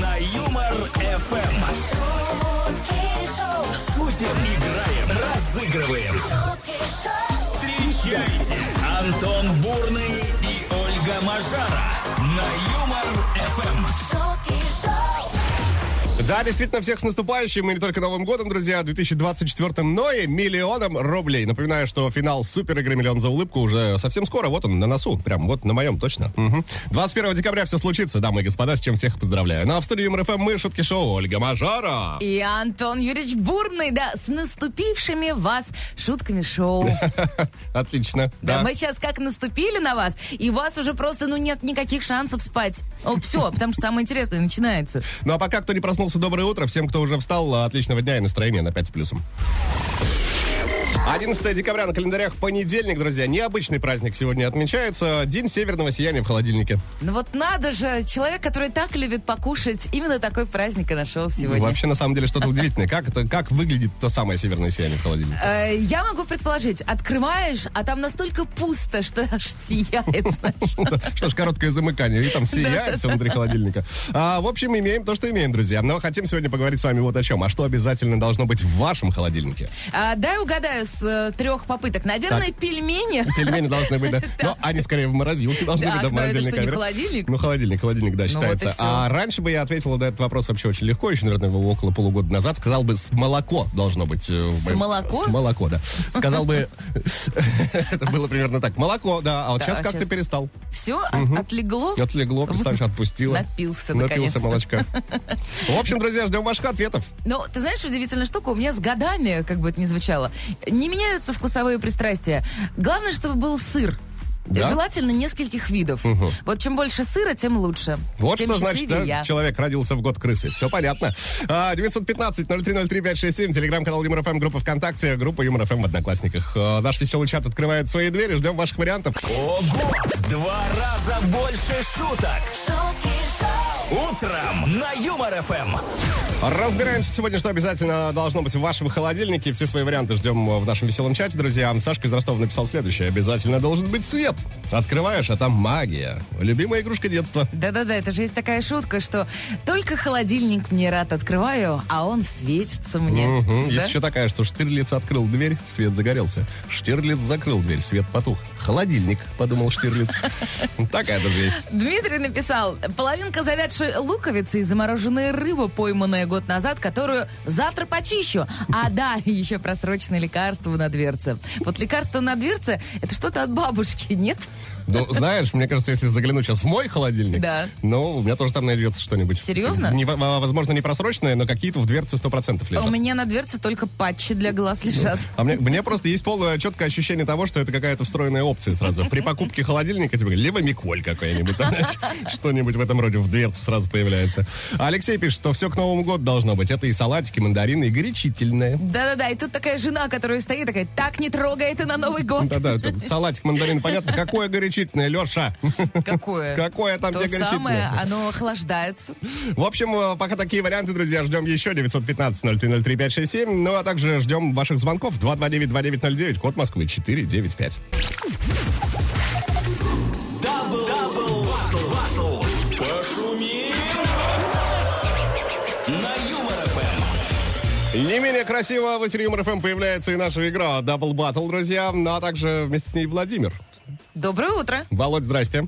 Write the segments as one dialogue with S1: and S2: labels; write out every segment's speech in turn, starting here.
S1: На Юмор ФМ. Шутим, играем, разыгрываем. Встречайте Антон Бурный и Ольга Мажара на Юмор Эм. ФМ.
S2: Да, действительно, всех с наступающим, и не только Новым годом, друзья, 2024, но и миллионом рублей. Напоминаю, что финал супер игры «Миллион за улыбку» уже совсем скоро, вот он, на носу, прям вот на моем, точно. Мгм. 21 декабря все случится, дамы и господа, с чем всех поздравляю. Ну а в студии МРФМ мы, шутки-шоу, Ольга Мажара.
S3: И Антон Юрьевич Бурный, да, с наступившими вас шутками шоу.
S2: Отлично,
S3: Да,
S2: да.
S3: мы сейчас как наступили на вас, и у вас уже просто, ну, нет никаких шансов спать. все, потому что самое интересное начинается.
S2: Ну а пока, кто не проснулся, доброе утро. Всем, кто уже встал, отличного дня и настроения на 5 с плюсом. 11 декабря на календарях понедельник, друзья. Необычный праздник сегодня отмечается. День северного сияния в холодильнике.
S3: Ну вот надо же, человек, который так любит покушать, именно такой праздник и нашел сегодня.
S2: Вообще, на самом деле, что-то удивительное. Как, это, как выглядит то самое северное сияние в холодильнике?
S3: Э, Я могу предположить, открываешь, а там настолько пусто, что аж сияет. знаешь.
S2: Да, Что ж, короткое замыкание. И там сияет все внутри холодильника. А, в общем, имеем то, что имеем, друзья. Но хотим сегодня поговорить с вами вот о чем. А что обязательно должно быть в вашем холодильнике?
S3: А, Дай угадаю с э, трех попыток. Наверное,
S2: Так.
S3: пельмени.
S2: Пельмени должны быть, да. Но они скорее в морозилке должны
S3: Так,
S2: быть, да, в
S3: но это
S2: морозильной
S3: что, а не
S2: камере.
S3: холодильник?
S2: Ну, холодильник, холодильник, да,
S3: вот и
S2: считается.
S3: всё.
S2: а раньше бы я ответил на этот вопрос вообще очень легко, еще, наверное, около полугода назад. Сказал бы, с молоко должно быть. э, в
S3: С
S2: моем-
S3: молоко?
S2: С молоко, да. Сказал бы, это было примерно так, молоко, да. А вот
S3: Да,
S2: сейчас как-то
S3: щас.
S2: перестал.
S3: Все, отлегло.
S2: Отлегло, представляешь, отпустило.
S3: Напился,
S2: Напился
S3: наконец-то.
S2: молочка. В общем, друзья, ждем ваших ответов.
S3: Но Ну, ты знаешь, удивительная штука, у меня с годами, как бы это ни звучало, не меняются вкусовые пристрастия. Главное, чтобы был сыр.
S2: Да?
S3: Желательно нескольких видов. Вот чем больше сыра, тем лучше.
S2: Вот
S3: тем
S2: что значит,
S3: счастливее
S2: да,
S3: я.
S2: человек родился в год крысы. Все понятно. А, 915-0303-567, телеграм-канал Юмор ФМ, группа ВКонтакте, группа Юмор ФМ в Одноклассниках. А, наш веселый чат открывает свои двери, ждем ваших вариантов.
S1: Ого! В Два раза больше шуток. Утром на Юмор Эм. ФМ.
S2: Разбираемся сегодня, что обязательно должно быть в вашем холодильнике. Все свои варианты ждем э, в нашем веселом чате, друзья. Сашка из Ростова написал следующее. Обязательно должен быть цвет. Открываешь, а там магия. Любимая игрушка детства.
S3: Да-да-да, это же есть такая шутка, что только холодильник мне рад открываю, а он светится мне.
S2: Мгм.
S3: Да?
S2: Есть еще такая, что Штирлиц открыл дверь, свет загорелся. Штирлиц закрыл дверь, свет потух. Холодильник, подумал Штирлиц. Такая тоже есть.
S3: Дмитрий написал, половинка завядшей луковицы и замороженная рыба, пойманная год назад, которую завтра почищу. А да, еще просроченное лекарство на дверце. Вот лекарство на дверце, это что-то от бабушки, нет?
S2: Ну, знаешь, мне кажется, если заглянуть сейчас в мой холодильник,
S3: Да.
S2: ну, у меня тоже там найдется что-нибудь.
S3: Серьезно?
S2: Не- во- возможно, не просроченное, но какие-то в дверце 100%
S3: А
S2: лежат.
S3: у меня на дверце только патчи для глаз лежат.
S2: А мне, мне просто есть полное четкое ощущение того, что это какая-то встроенная опция сразу. При покупке холодильника тебе говорят, либо Миколь какой-нибудь, там, знаешь, что-нибудь в этом роде в дверце сразу появляется. А Алексей пишет, что все к Новому году должно быть. Это и салатики, мандарины, и горячительное.
S3: Да-да-да, и тут такая жена, которая стоит, такая, так не трогай это на Новый год.
S2: Да-да, тут салатик, мандарин, понятно. Какое горячительное, Леша?
S3: Какое?
S2: Какое там
S3: То
S2: тебе
S3: самое,
S2: горячительное?
S3: оно охлаждается.
S2: В общем, э, пока такие варианты, друзья, ждем еще 915-0303-567. Ну, а также ждем ваших звонков 229-2909, код Москвы 495.
S1: Дабл, дабл, батл, батл. Пошумим. На Юмор Эм. ФМ.
S2: Не менее красиво в эфире Юмор ФМ появляется и наша игра Double Battle, друзья. Ну, а также вместе с ней Владимир.
S3: Доброе утро.
S2: Володь, здрасте.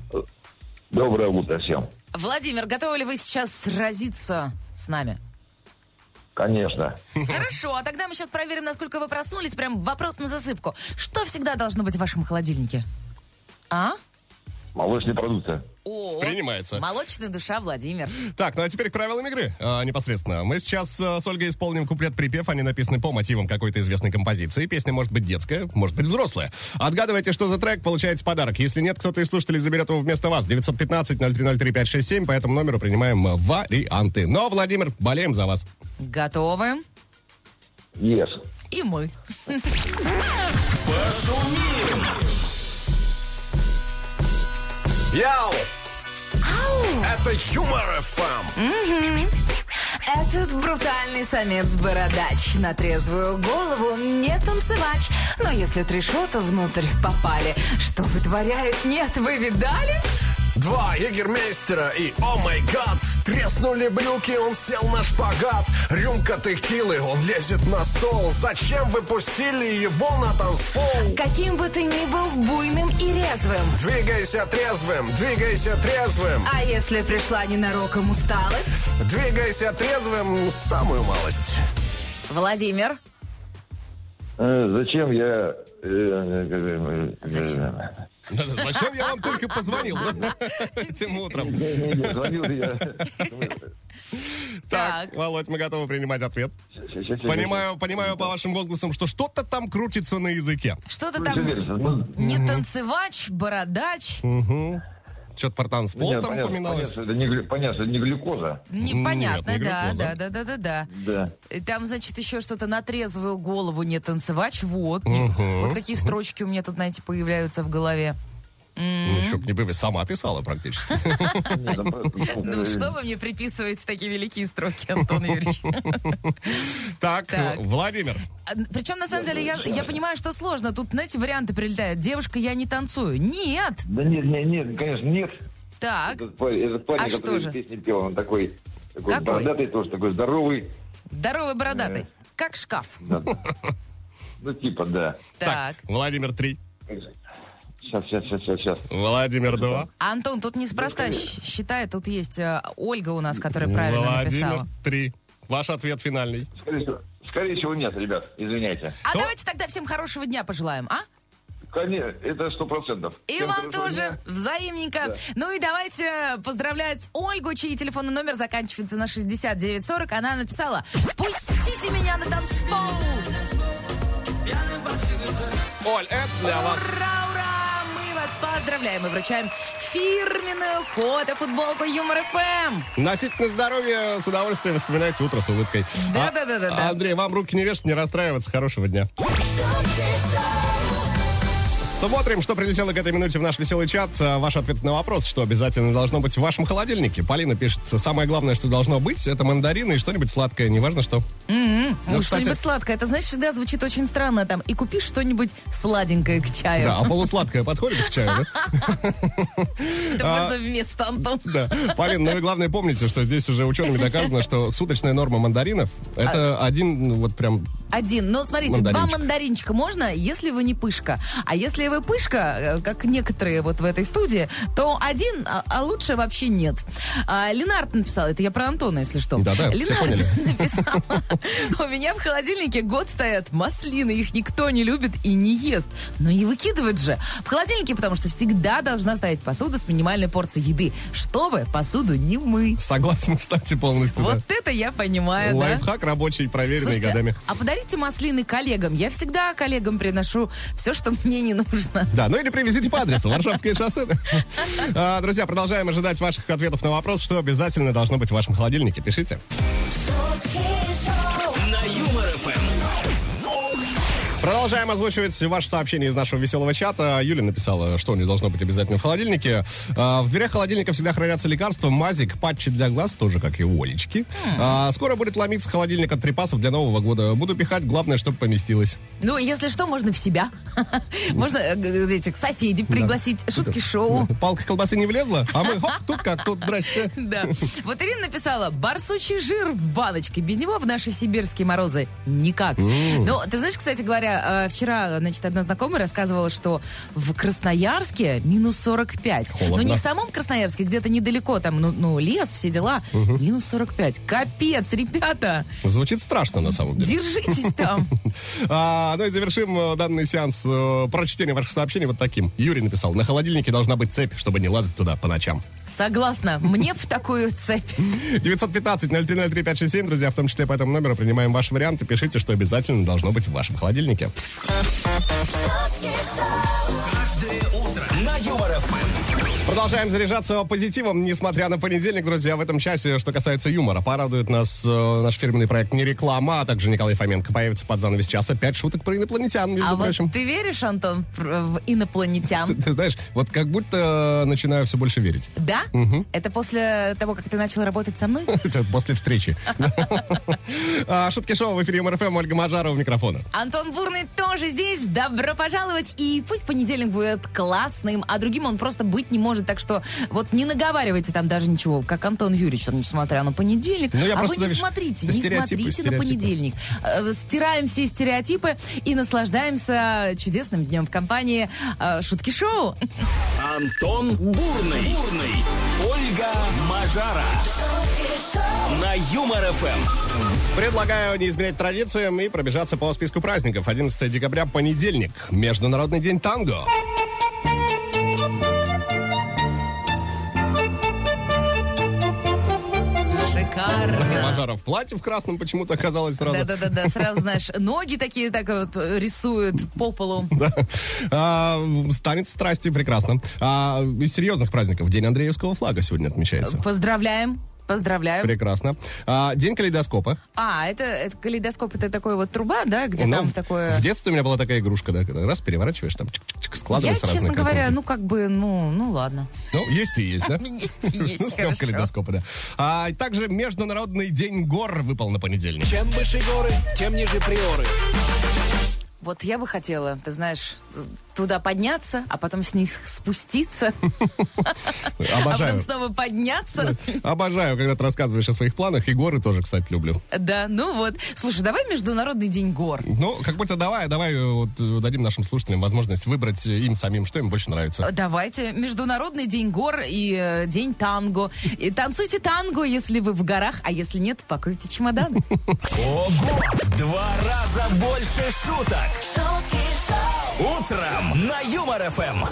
S4: Доброе утро всем.
S3: Владимир, готовы ли вы сейчас сразиться с нами?
S4: Конечно.
S3: Хорошо, а тогда мы сейчас проверим, насколько вы проснулись. Прям вопрос на засыпку. Что всегда должно быть в вашем холодильнике? А?
S4: Молочные продукты.
S3: О,
S2: Принимается.
S3: Молочная душа, Владимир.
S2: Так, ну а теперь к правилам игры а, непосредственно. Мы сейчас э, с Ольгой исполним куплет-припев. Они написаны по мотивам какой-то известной композиции. Песня может быть детская, может быть взрослая. Отгадывайте, что за трек, получаете подарок. Если нет, кто-то из слушателей заберет его вместо вас. 915-0303-567. По этому номеру принимаем э, варианты. Но, Владимир, болеем за вас.
S3: Готовы?
S4: Ес.
S3: И мы.
S5: Яу! Это Юмор Эм. ФМ!
S3: Этот брутальный самец-бородач На трезвую голову не танцевач Но если три шота внутрь попали Что вытворяет, нет, вы видали?
S5: Два егермейстера и, о май гад, треснули брюки, он сел на шпагат. Рюмка текилы, он лезет на стол. Зачем вы пустили его на танцпол?
S6: Каким бы ты ни был буйным и резвым.
S5: Двигайся трезвым, двигайся трезвым.
S6: А если пришла ненароком усталость?
S5: Двигайся трезвым ну, самую малость.
S3: Владимир.
S4: Э, Зачем я... э, э, э,
S3: Зачем?
S2: Зачем я вам только позвонил да? этим утром?
S4: э, не, не, звонил я.
S2: Так,
S3: Так.
S2: Володь, мы готовы принимать ответ.
S4: Сейчас, сейчас,
S2: Понимаю, понимаю по вашим возгласам, что что-то там крутится на языке.
S3: Что-то
S4: сейчас. Ты
S3: там
S4: веришь? Ну,
S3: не танцевач, бородач,
S2: Что-то про танцпол
S4: понятно,
S2: там
S4: ну, понятно,
S2: упоминалось.
S4: понятно, это не глю- Понятно, что это не глюкоза.
S3: непонятно,
S2: Нет, не
S3: да, да,
S2: глюкоза.
S3: да, да, да, да.
S4: Да.
S3: И Там, значит, еще что-то на трезвую голову не танцевач, вот. Вот какие строчки у меня тут, знаете, появляются в голове.
S2: Ну, еще б не бы сама писала практически.
S4: Нет, там просто- э,
S3: Ну, что вы мне приписываете такие великие строки, Антон Юрьевич?
S2: Так,
S3: Так.
S2: Владимир.
S3: Причем, на самом деле, я, я понимаю, что сложно. Тут, знаете, варианты прилетают. Девушка, я не танцую. Нет!
S4: Да нет, нет, нет, конечно, нет.
S3: Так,
S4: Этот парень, этот парень,
S3: А что
S4: который
S3: же?
S4: песни пел, он такой, такой
S3: Какой?
S4: бородатый тоже, такой здоровый.
S3: здоровый бородатый. Как шкаф.
S4: Да. Ну, типа, да.
S3: Так.
S2: Владимир 3.
S4: Сейчас, сейчас, сейчас, сейчас, сейчас.
S2: Владимир 2.
S3: А Антон, тут неспроста щ- считай, тут есть э, Ольга у нас, которая правильно
S2: Ну, Владимир
S3: написала.
S2: 3. Ваш ответ финальный.
S4: Скорее всего, скорее всего, нет, ребят, извиняйте.
S3: А
S2: Кто?
S3: давайте тогда всем хорошего дня пожелаем, а?
S4: Конечно, это сто процентов.
S3: И
S4: Всем
S3: вам
S4: хорошего
S3: тоже
S4: дня.
S3: взаимненько. Ну и давайте поздравлять Ольгу, чей телефонный номер заканчивается на 6940. Она написала «Пустите меня на танцпол!»
S2: Оль, это для вас.
S3: Ура, ура! Мы вас поздравляем и вручаем фирменную фото-футболку Юмор ФМ.
S2: Ну, Носительное здоровье, с удовольствием вспоминайте утро с улыбкой.
S3: Да,
S2: А-
S3: да, да, да, да.
S2: Андрей, вам руки не вешать, не расстраиваться. Хорошего дня. Смотрим, что прилетело к этой минуте в наш веселый чат. А, Ваш ответ на вопрос, что обязательно должно быть в вашем холодильнике. Полина пишет, самое главное, что должно быть, это мандарины и что-нибудь сладкое, неважно что. Ну,
S3: Ну,
S2: кстати-
S3: что-нибудь сладкое. Это, знаешь, всегда звучит очень странно там. И купи что-нибудь сладенькое к чаю.
S2: Да, а полусладкое подходит к чаю, да?
S3: Это можно вместо Антон.
S2: А, Да. Полин, ну и главное помните, что здесь уже учеными доказано, что суточная норма мандаринов это
S3: А
S2: один, ну, вот прям
S3: Один. Но смотрите,
S2: Мандаринчик.
S3: два мандаринчика можно, если вы не пышка. А если вы пышка, э, как некоторые вот в этой студии, то один, а, а лучше вообще нет. А, Ленард написал, это я про Антона, если что.
S2: Да-да, все
S3: Ленард
S2: поняли.
S3: написал, у меня в холодильнике год стоят маслины, их никто не любит и не ест. Но не выкидывать же. В холодильнике, потому что всегда должна стоять посуда с минимальной порцией еды, чтобы посуду не мы.
S2: согласен, кстати, полностью. да.
S3: Вот это я понимаю, да?
S2: Лайфхак рабочий, проверенный
S3: Слушайте,
S2: годами.
S3: а подарите маслины коллегам. Я всегда коллегам приношу все, что мне не нужно.
S2: Да, ну или привезите по адресу Варшавское шоссе. А, Друзья, продолжаем ожидать ваших ответов на вопрос, что обязательно должно быть в вашем холодильнике. Пишите.
S1: На Юмор ФМ.
S2: Продолжаем озвучивать ваше сообщение из нашего веселого чата. Юля написала, что не должно быть обязательно в холодильнике. А, В дверях холодильника всегда хранятся лекарства, мазик, патчи для глаз, тоже как и у Олечки. А, Скоро будет ломиться холодильник от припасов для Нового года. Буду пихать, главное, чтобы поместилось.
S3: Ну, если что, можно в себя. Можно э, г- этих соседей пригласить. Шутки шоу.
S2: Палка колбасы не влезла, а мы хоп, тут как, тут здрасте.
S3: Да. Вот Ирина написала, барсучий жир в баночке. Без него в наши сибирские морозы никак. Но ты знаешь, кстати говоря, э, вчера, значит, одна знакомая рассказывала, что в Красноярске минус 45.
S2: Холодно.
S3: Но не в самом Красноярске, где-то недалеко, там, ну, ну, лес, все дела. Минус 45. Капец, ребята,
S2: Звучит страшно на самом деле.
S3: держитесь там.
S2: А, ну и завершим э, данный сеанс э, прочтения ваших сообщений вот таким. Юрий написал, на холодильнике должна быть цепь, чтобы не лазать туда по ночам.
S3: Согласна, мне в такую цепь.
S2: 915-0303-567, друзья, в том числе по этому номеру принимаем ваши варианты. Пишите, что обязательно должно быть в вашем холодильнике.
S1: Каждое утро на Юмор ФМ.
S2: Продолжаем заряжаться позитивом, несмотря на понедельник, друзья, в этом часе, что касается юмора. Порадует нас э, наш фирменный проект «Не реклама», а также Николай Фоменко появится под занавес часа. Пять шуток про инопланетян, между
S3: А вот
S2: прочим.
S3: ты веришь, Антон, пр- в инопланетян?
S2: Ты знаешь, вот как будто э, начинаю все больше верить.
S3: Да? Это после того, как ты начал работать со мной?
S2: Это после встречи. А, Шутки шоу в эфире МРФМ. Ольга Мажарова у микрофона.
S3: Антон Бурный тоже здесь. Добро пожаловать. И пусть понедельник будет классным, а другим он просто быть не может. может. Так что вот не наговаривайте там даже ничего, как Антон Юрьевич, он, несмотря на понедельник.
S2: Ну, я
S3: а вы
S2: просто
S3: не
S2: даже-
S3: смотрите,
S2: да,
S3: не
S2: стереотипы,
S3: смотрите на
S2: стереотипы.
S3: понедельник. Э, Стираем все стереотипы и наслаждаемся чудесным днем в компании э, Шутки Шоу.
S1: Антон Бурный. Бурный. Ольга Мажара. На Юмор ФМ.
S2: Предлагаю не изменять традициям и пробежаться по списку праздников. 11 декабря, понедельник, Международный день танго.
S3: Шикарно.
S2: Мажара в платье в красном почему-то оказалось сразу.
S3: Да-да-да, сразу знаешь, ноги такие так вот рисуют по полу.
S2: Да. А, станет страсти прекрасно. А, из серьезных праздников День Андреевского флага сегодня отмечается.
S3: Поздравляем. Поздравляем.
S2: Прекрасно. А, день калейдоскопа.
S3: А, это, это калейдоскоп, это такой вот труба, да, где
S2: Ну,
S3: там такое...
S2: В детстве у меня была такая игрушка, да, когда раз переворачиваешь, там чик-чик-чик,
S3: Я,
S2: складывается
S3: честно
S2: разные
S3: говоря,
S2: картинки.
S3: ну как бы, ну, ну ладно. Ну,
S2: Ну, есть и есть, да?
S3: Есть, есть,
S2: Ну, Съемка
S3: хорошо.
S2: калейдоскопа, да. А также Международный день гор выпал на понедельник.
S1: Чем выше горы, тем ниже приоры.
S3: Вот я бы хотела, ты знаешь, туда подняться, а потом с них спуститься, а
S2: Обожаю.
S3: потом снова подняться.
S2: Обожаю, когда ты рассказываешь о своих планах. И горы тоже, кстати, люблю.
S3: Да, ну вот. Слушай, давай Международный день гор.
S2: Ну, как будто давай, давай э, вот, э, дадим нашим слушателям возможность выбрать э, им самим, что им больше нравится.
S3: Давайте. Международный день гор и э, день танго. И танцуйте танго, если вы в горах, а если нет, пакуйте чемоданы.
S1: Ого! В два раза больше шуток. Утром на Юмор ФМ.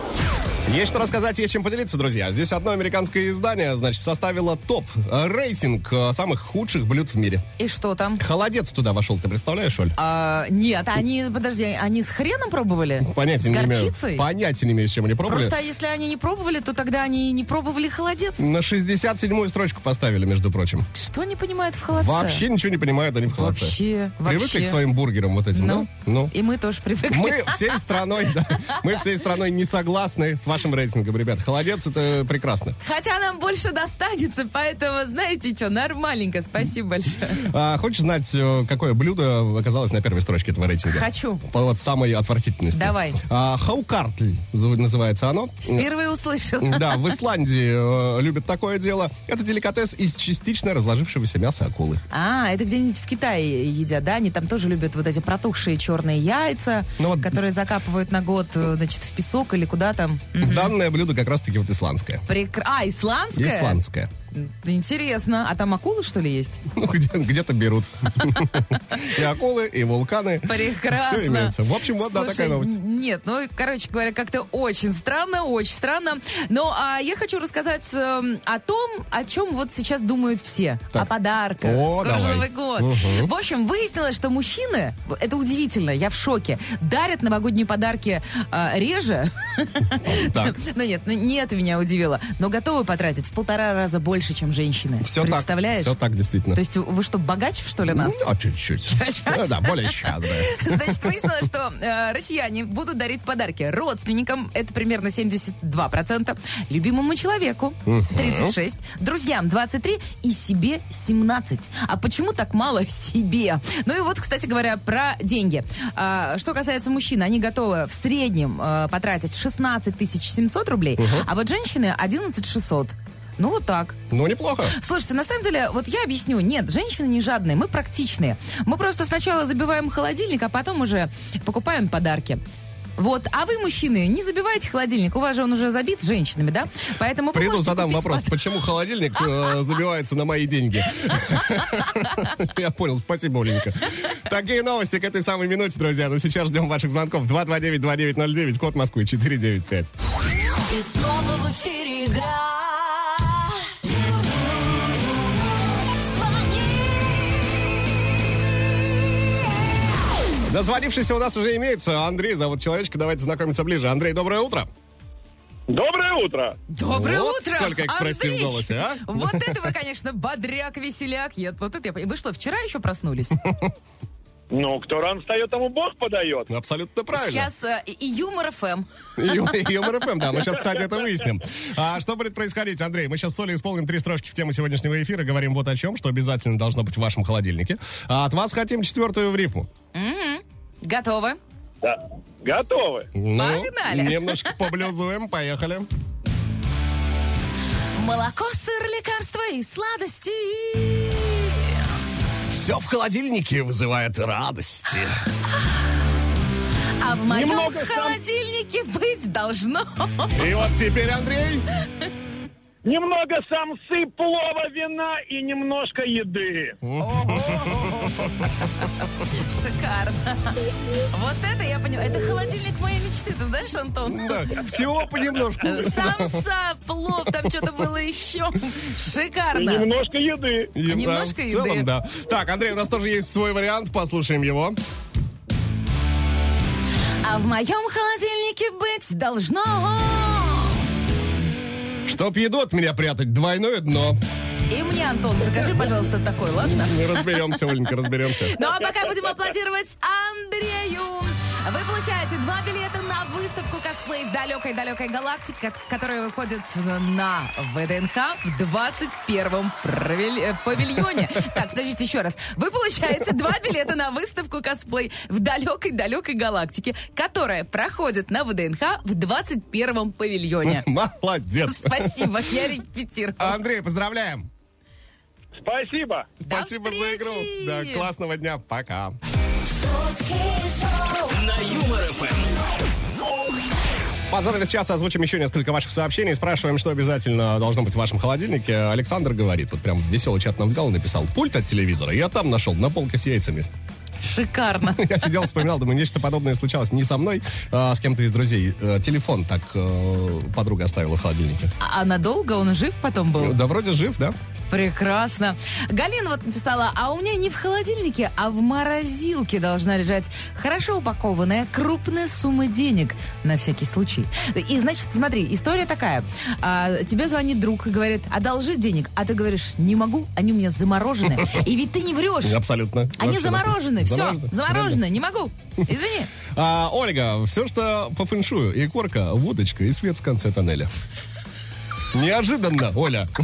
S2: Есть что рассказать, есть чем поделиться, друзья. Здесь одно американское издание, значит, составило топ-рейтинг э, самых худших блюд в мире.
S3: И что там?
S2: Холодец туда вошел, ты представляешь, Оль?
S3: А, нет, они, подожди, они с хреном пробовали?
S2: Понятия
S3: с
S2: не имею.
S3: горчицей?
S2: Понятия не имею, с чем они пробовали.
S3: Просто если они не пробовали, то тогда они и не пробовали холодец.
S2: На 67-ю строчку поставили, между прочим.
S3: Что не понимают в холодце?
S2: Вообще ничего не понимают они в холодце.
S3: Вообще,
S2: Привыкли
S3: вообще.
S2: к своим бургерам вот этим,
S3: Ну,
S2: да? Ну.
S3: и мы тоже привыкли.
S2: Мы всей страной, да, мы всей страной не согласны с вашим рейтингом, ребят. Холодец это прекрасно.
S3: Хотя нам больше достанется, поэтому, знаете что, нормаленько. Спасибо большое.
S2: А, хочешь знать, э, какое блюдо оказалось на первой строчке этого рейтинга?
S3: Хочу.
S2: По вот самой отвратительности.
S3: Давай.
S2: А, хаукартль зов- называется оно.
S3: Впервые услышала.
S2: Да, в Исландии э, любят такое дело. Это деликатес из частично разложившегося мяса акулы.
S3: А, это где-нибудь в Китае едят, да? Они там тоже любят вот эти протухшие черные яйца,
S2: Ну вот-
S3: которые закапывают на год, э, значит, в песок или куда там. М.
S2: Данное блюдо как раз-таки вот исландское.
S3: Прекра- А, исландская?
S2: Исландское.
S3: М, Интересно. А там акулы, что ли, есть?
S2: Ну, где- где-то берут. И акулы, и вулканы.
S3: Прекрасно.
S2: Все имеется. В общем, вот да,
S3: Слушай,
S2: такая новость.
S3: н- Нет, ну, и, короче говоря, как-то очень странно, очень странно. Но а, я хочу рассказать эм, о том, о чем вот сейчас думают все.
S2: Так.
S3: О подарках.
S2: О,
S3: Скоро же
S2: давай.
S3: Новый год.
S2: Мгм.
S3: В общем, выяснилось, что мужчины, это удивительно, я в шоке, дарят новогодние подарки э, реже.
S2: Так.
S3: Ну нет, ну, не это меня удивило. Но готовы потратить в полтора раза больше, чем женщины.
S2: Все так.
S3: Представляешь?
S2: Все так, действительно.
S3: То есть вы что, богаче, что ли, нас?
S2: Ну, да, чуть-чуть.
S3: Чуть-чуть.
S2: Ну Да, более щедрая.
S3: Значит, выяснилось, что э, россияне будут дарить подарки родственникам, это примерно 72%, любимому человеку 36%, друзьям 23% и себе 17%. А почему так мало себе? Ну и вот, кстати говоря, про деньги. А, что касается мужчин, они готовы в среднем э, потратить 16 700 рублей, а вот женщины 11 600. Ну вот так.
S2: Ну, неплохо.
S3: Слушайте, на самом деле, вот я объясню. Нет, женщины не жадные, мы практичные. Мы просто сначала забиваем холодильник, а потом уже покупаем подарки. Вот, а вы, мужчины, не забивайте холодильник, у вас же он уже забит женщинами, да? Поэтому Ну, вы
S2: Приду,
S3: можете
S2: задам
S3: купить
S2: вопрос,
S3: подарок.
S2: почему холодильник э, забивается на мои деньги? Я понял, спасибо, Оленька. Такие новости к этой самой минуте, друзья. Но сейчас ждем ваших звонков. 229-2909, код Москвы, 495.
S7: И снова в эфире игра. Звони.
S2: Дозвонившийся у нас уже имеется. Андрей зовут человечка, давайте знакомиться ближе. Андрей, доброе утро.
S8: Доброе утро!
S3: Доброе
S2: Вот
S3: утро,
S2: сколько экспрессии в
S3: Андрей!
S2: голосе, а?
S3: Вот это вы, конечно, бодряк, веселяк. Я- вот это я понимаю. Вы что, вчера еще проснулись?
S8: Ну, кто рано встает, тому Бог подает.
S2: Абсолютно правильно.
S3: Сейчас э, и юмор ФМ.
S2: Ю- Юмор ФМ, да, мы сейчас, кстати, это выясним. А что будет происходить, Андрей? Мы сейчас с Олей исполним три строчки в тему сегодняшнего эфира, говорим вот о чем, что обязательно должно быть в вашем холодильнике. А от вас хотим четвертую в рифму.
S3: Готовы?
S8: Да. Готовы?
S2: Ну,
S3: Погнали.
S2: Немножко поблюзуем, поехали.
S3: Молоко, сыр, лекарства и сладости.
S2: Все в холодильнике вызывает радости.
S3: А в моем
S8: Немного там.
S3: холодильнике быть должно.
S2: И вот теперь, Андрей,
S8: Немного самсы, плова, вина и немножко еды.
S3: Шикарно. Вот это я понимаю. Это холодильник моей мечты, ты знаешь, Антон?
S2: да, всего понемножку.
S3: Э, Самса, плов, там что-то было еще.
S8: И
S3: Шикарно.
S8: немножко еды.
S2: И, да,
S3: Немножко
S2: в целом,
S3: еды.
S2: да. Так, Андрей, у нас тоже есть свой вариант, послушаем его.
S3: А в моем холодильнике быть должно.
S2: Чтоб еду от меня прятать, двойное дно.
S3: И мне, Антон, закажи, пожалуйста, такой, ладно?
S2: Разберемся, Оленька, разберемся.
S3: Ну а пока будем аплодировать Андрею. Вы получаете два билета на выставку косплей в далекой-далекой галактике, кот- которая выходит на ВДНХ в 21-м провили- э, павильоне. Так, подождите еще раз. Вы получаете два билета на выставку косплей в далекой-далекой галактике, которая проходит на ВДНХ в 21-м павильоне.
S2: Молодец.
S3: Спасибо, я репетировала.
S2: А, Андрей, поздравляем.
S8: Спасибо.
S3: До
S2: Спасибо за игру.
S3: встречи.
S2: Да, классного дня. Пока.
S7: шутки шоу,
S1: На Юмор ФМ.
S2: Под занавес часа озвучим еще несколько ваших сообщений. Спрашиваем, что обязательно должно быть в вашем холодильнике. Александр говорит, вот прям веселый чат нам взял и написал. Пульт от телевизора я там нашел, на полке с яйцами.
S3: Шикарно.
S2: Я сидел, вспоминал, думаю, нечто подобное случалось не со мной, а с кем-то из друзей. Э, Телефон так э, подруга оставила в холодильнике.
S3: А надолго он жив потом был?
S2: Да вроде жив, да?
S3: Прекрасно. Галина вот написала, а у меня не в холодильнике, а в морозилке должна лежать хорошо упакованная крупная сумма денег на всякий случай. И значит, смотри, история такая. А, тебе звонит друг и говорит, одолжи денег, а ты говоришь, не могу, они у меня заморожены. И ведь ты не врешь.
S2: Абсолютно.
S3: Они
S2: Вообще, да.
S3: заморожены, все,
S2: Заморожены.
S3: заморожены, не могу. Извини.
S2: А, Ольга, все, что по фэншую. И корка, водочка, и свет в конце тоннеля. Неожиданно, Оля.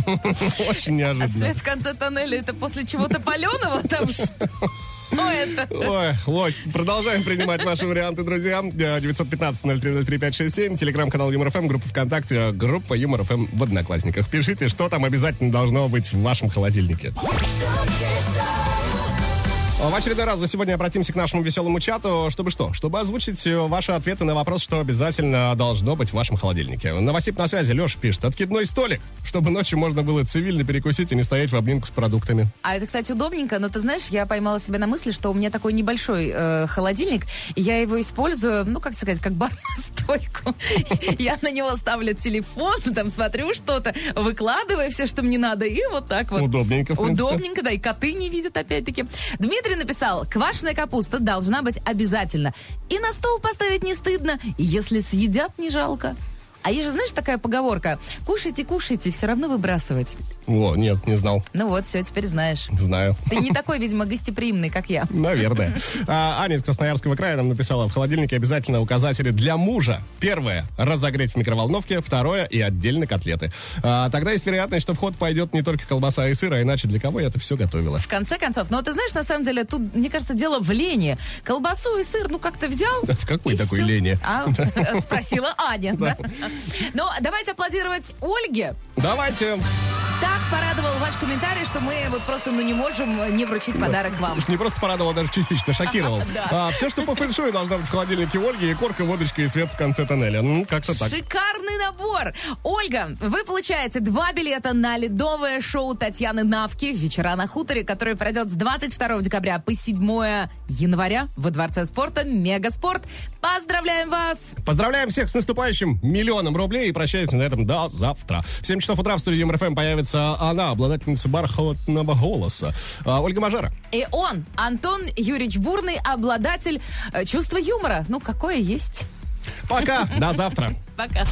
S2: Очень
S3: А
S2: неожиданно.
S3: свет в конце тоннеля, это после чего-то паленого там что? это?
S2: Ой, ой, продолжаем принимать ваши варианты, друзья. 915-0303-567, телеграм-канал Юмор ФМ, группа ВКонтакте, группа Юмор ФМ в Одноклассниках. Пишите, что там обязательно должно быть в вашем холодильнике.
S7: шутки шоу,
S2: Э, В очередной раз за сегодня обратимся к нашему веселому чату, чтобы что? Чтобы озвучить э, ваши ответы на вопрос, что обязательно должно быть в вашем холодильнике. Новосип на связи, Леша пишет, откидной столик, чтобы ночью можно было цивильно перекусить и не стоять в обнимку с продуктами.
S3: А это, кстати, удобненько, но ты знаешь, я поймала себя на мысли, что у меня такой небольшой э, холодильник, и я его использую, ну, как сказать, как барную стойку. Я на него ставлю телефон, там смотрю что-то, выкладываю все, что мне надо, и вот так вот.
S2: Удобненько, в принципе.
S3: Удобненько, да, и коты не видят опять-таки. Дмитрий написал, квашеная капуста должна быть обязательно. И на стол поставить не стыдно, и если съедят, не жалко. А есть же, знаешь, такая поговорка, кушайте, кушайте, все равно выбрасывать.
S2: О, нет, не знал.
S3: Ну вот, все, теперь знаешь.
S2: Знаю.
S3: Ты не такой, видимо, гостеприимный, как я.
S2: Наверное. А, Аня из Красноярского края нам написала, в холодильнике обязательно указатели для мужа. Первое – разогреть в микроволновке. Второе – и отдельно котлеты. А, тогда есть вероятность, что в ход пойдет не только колбаса и сыр, а иначе для кого я это все готовила?
S3: В конце концов, но ты знаешь, на самом деле, тут, мне кажется, дело в лени. Колбасу и сыр, ну, как-то взял.
S2: В какой
S3: и
S2: такой
S3: всё.
S2: лени?
S3: А, спросила Аня, да? Ну, давайте аплодировать Ольге.
S2: Давайте.
S3: Так порадовал ваш комментарий, что мы вот просто, ну, не можем не вручить подарок вам.
S2: Не просто порадовал, а даже частично шокировал.
S3: Да.
S2: А, все, что по фэншую должно быть в холодильнике Ольги, и корка, водочка и свет в конце тоннеля. Ну, как-то так.
S3: Шикарный набор. Ольга, вы получаете два билета на ледовое шоу Татьяны Навки «Вечера на хуторе», которое пройдет с 22 декабря по 7 января во Дворце спорта «Мегаспорт». Поздравляем вас!
S2: Поздравляем всех с наступающим миллионом рублей и прощаемся на этом до завтра. В 7 часов утра в студии МРФМ появится она, обладательница бархатного голоса. А, Ольга Мажара.
S3: И он, Антон Юрьевич Бурный, обладатель э, чувства юмора. Ну, какое есть.
S2: Пока, до завтра.
S3: Пока.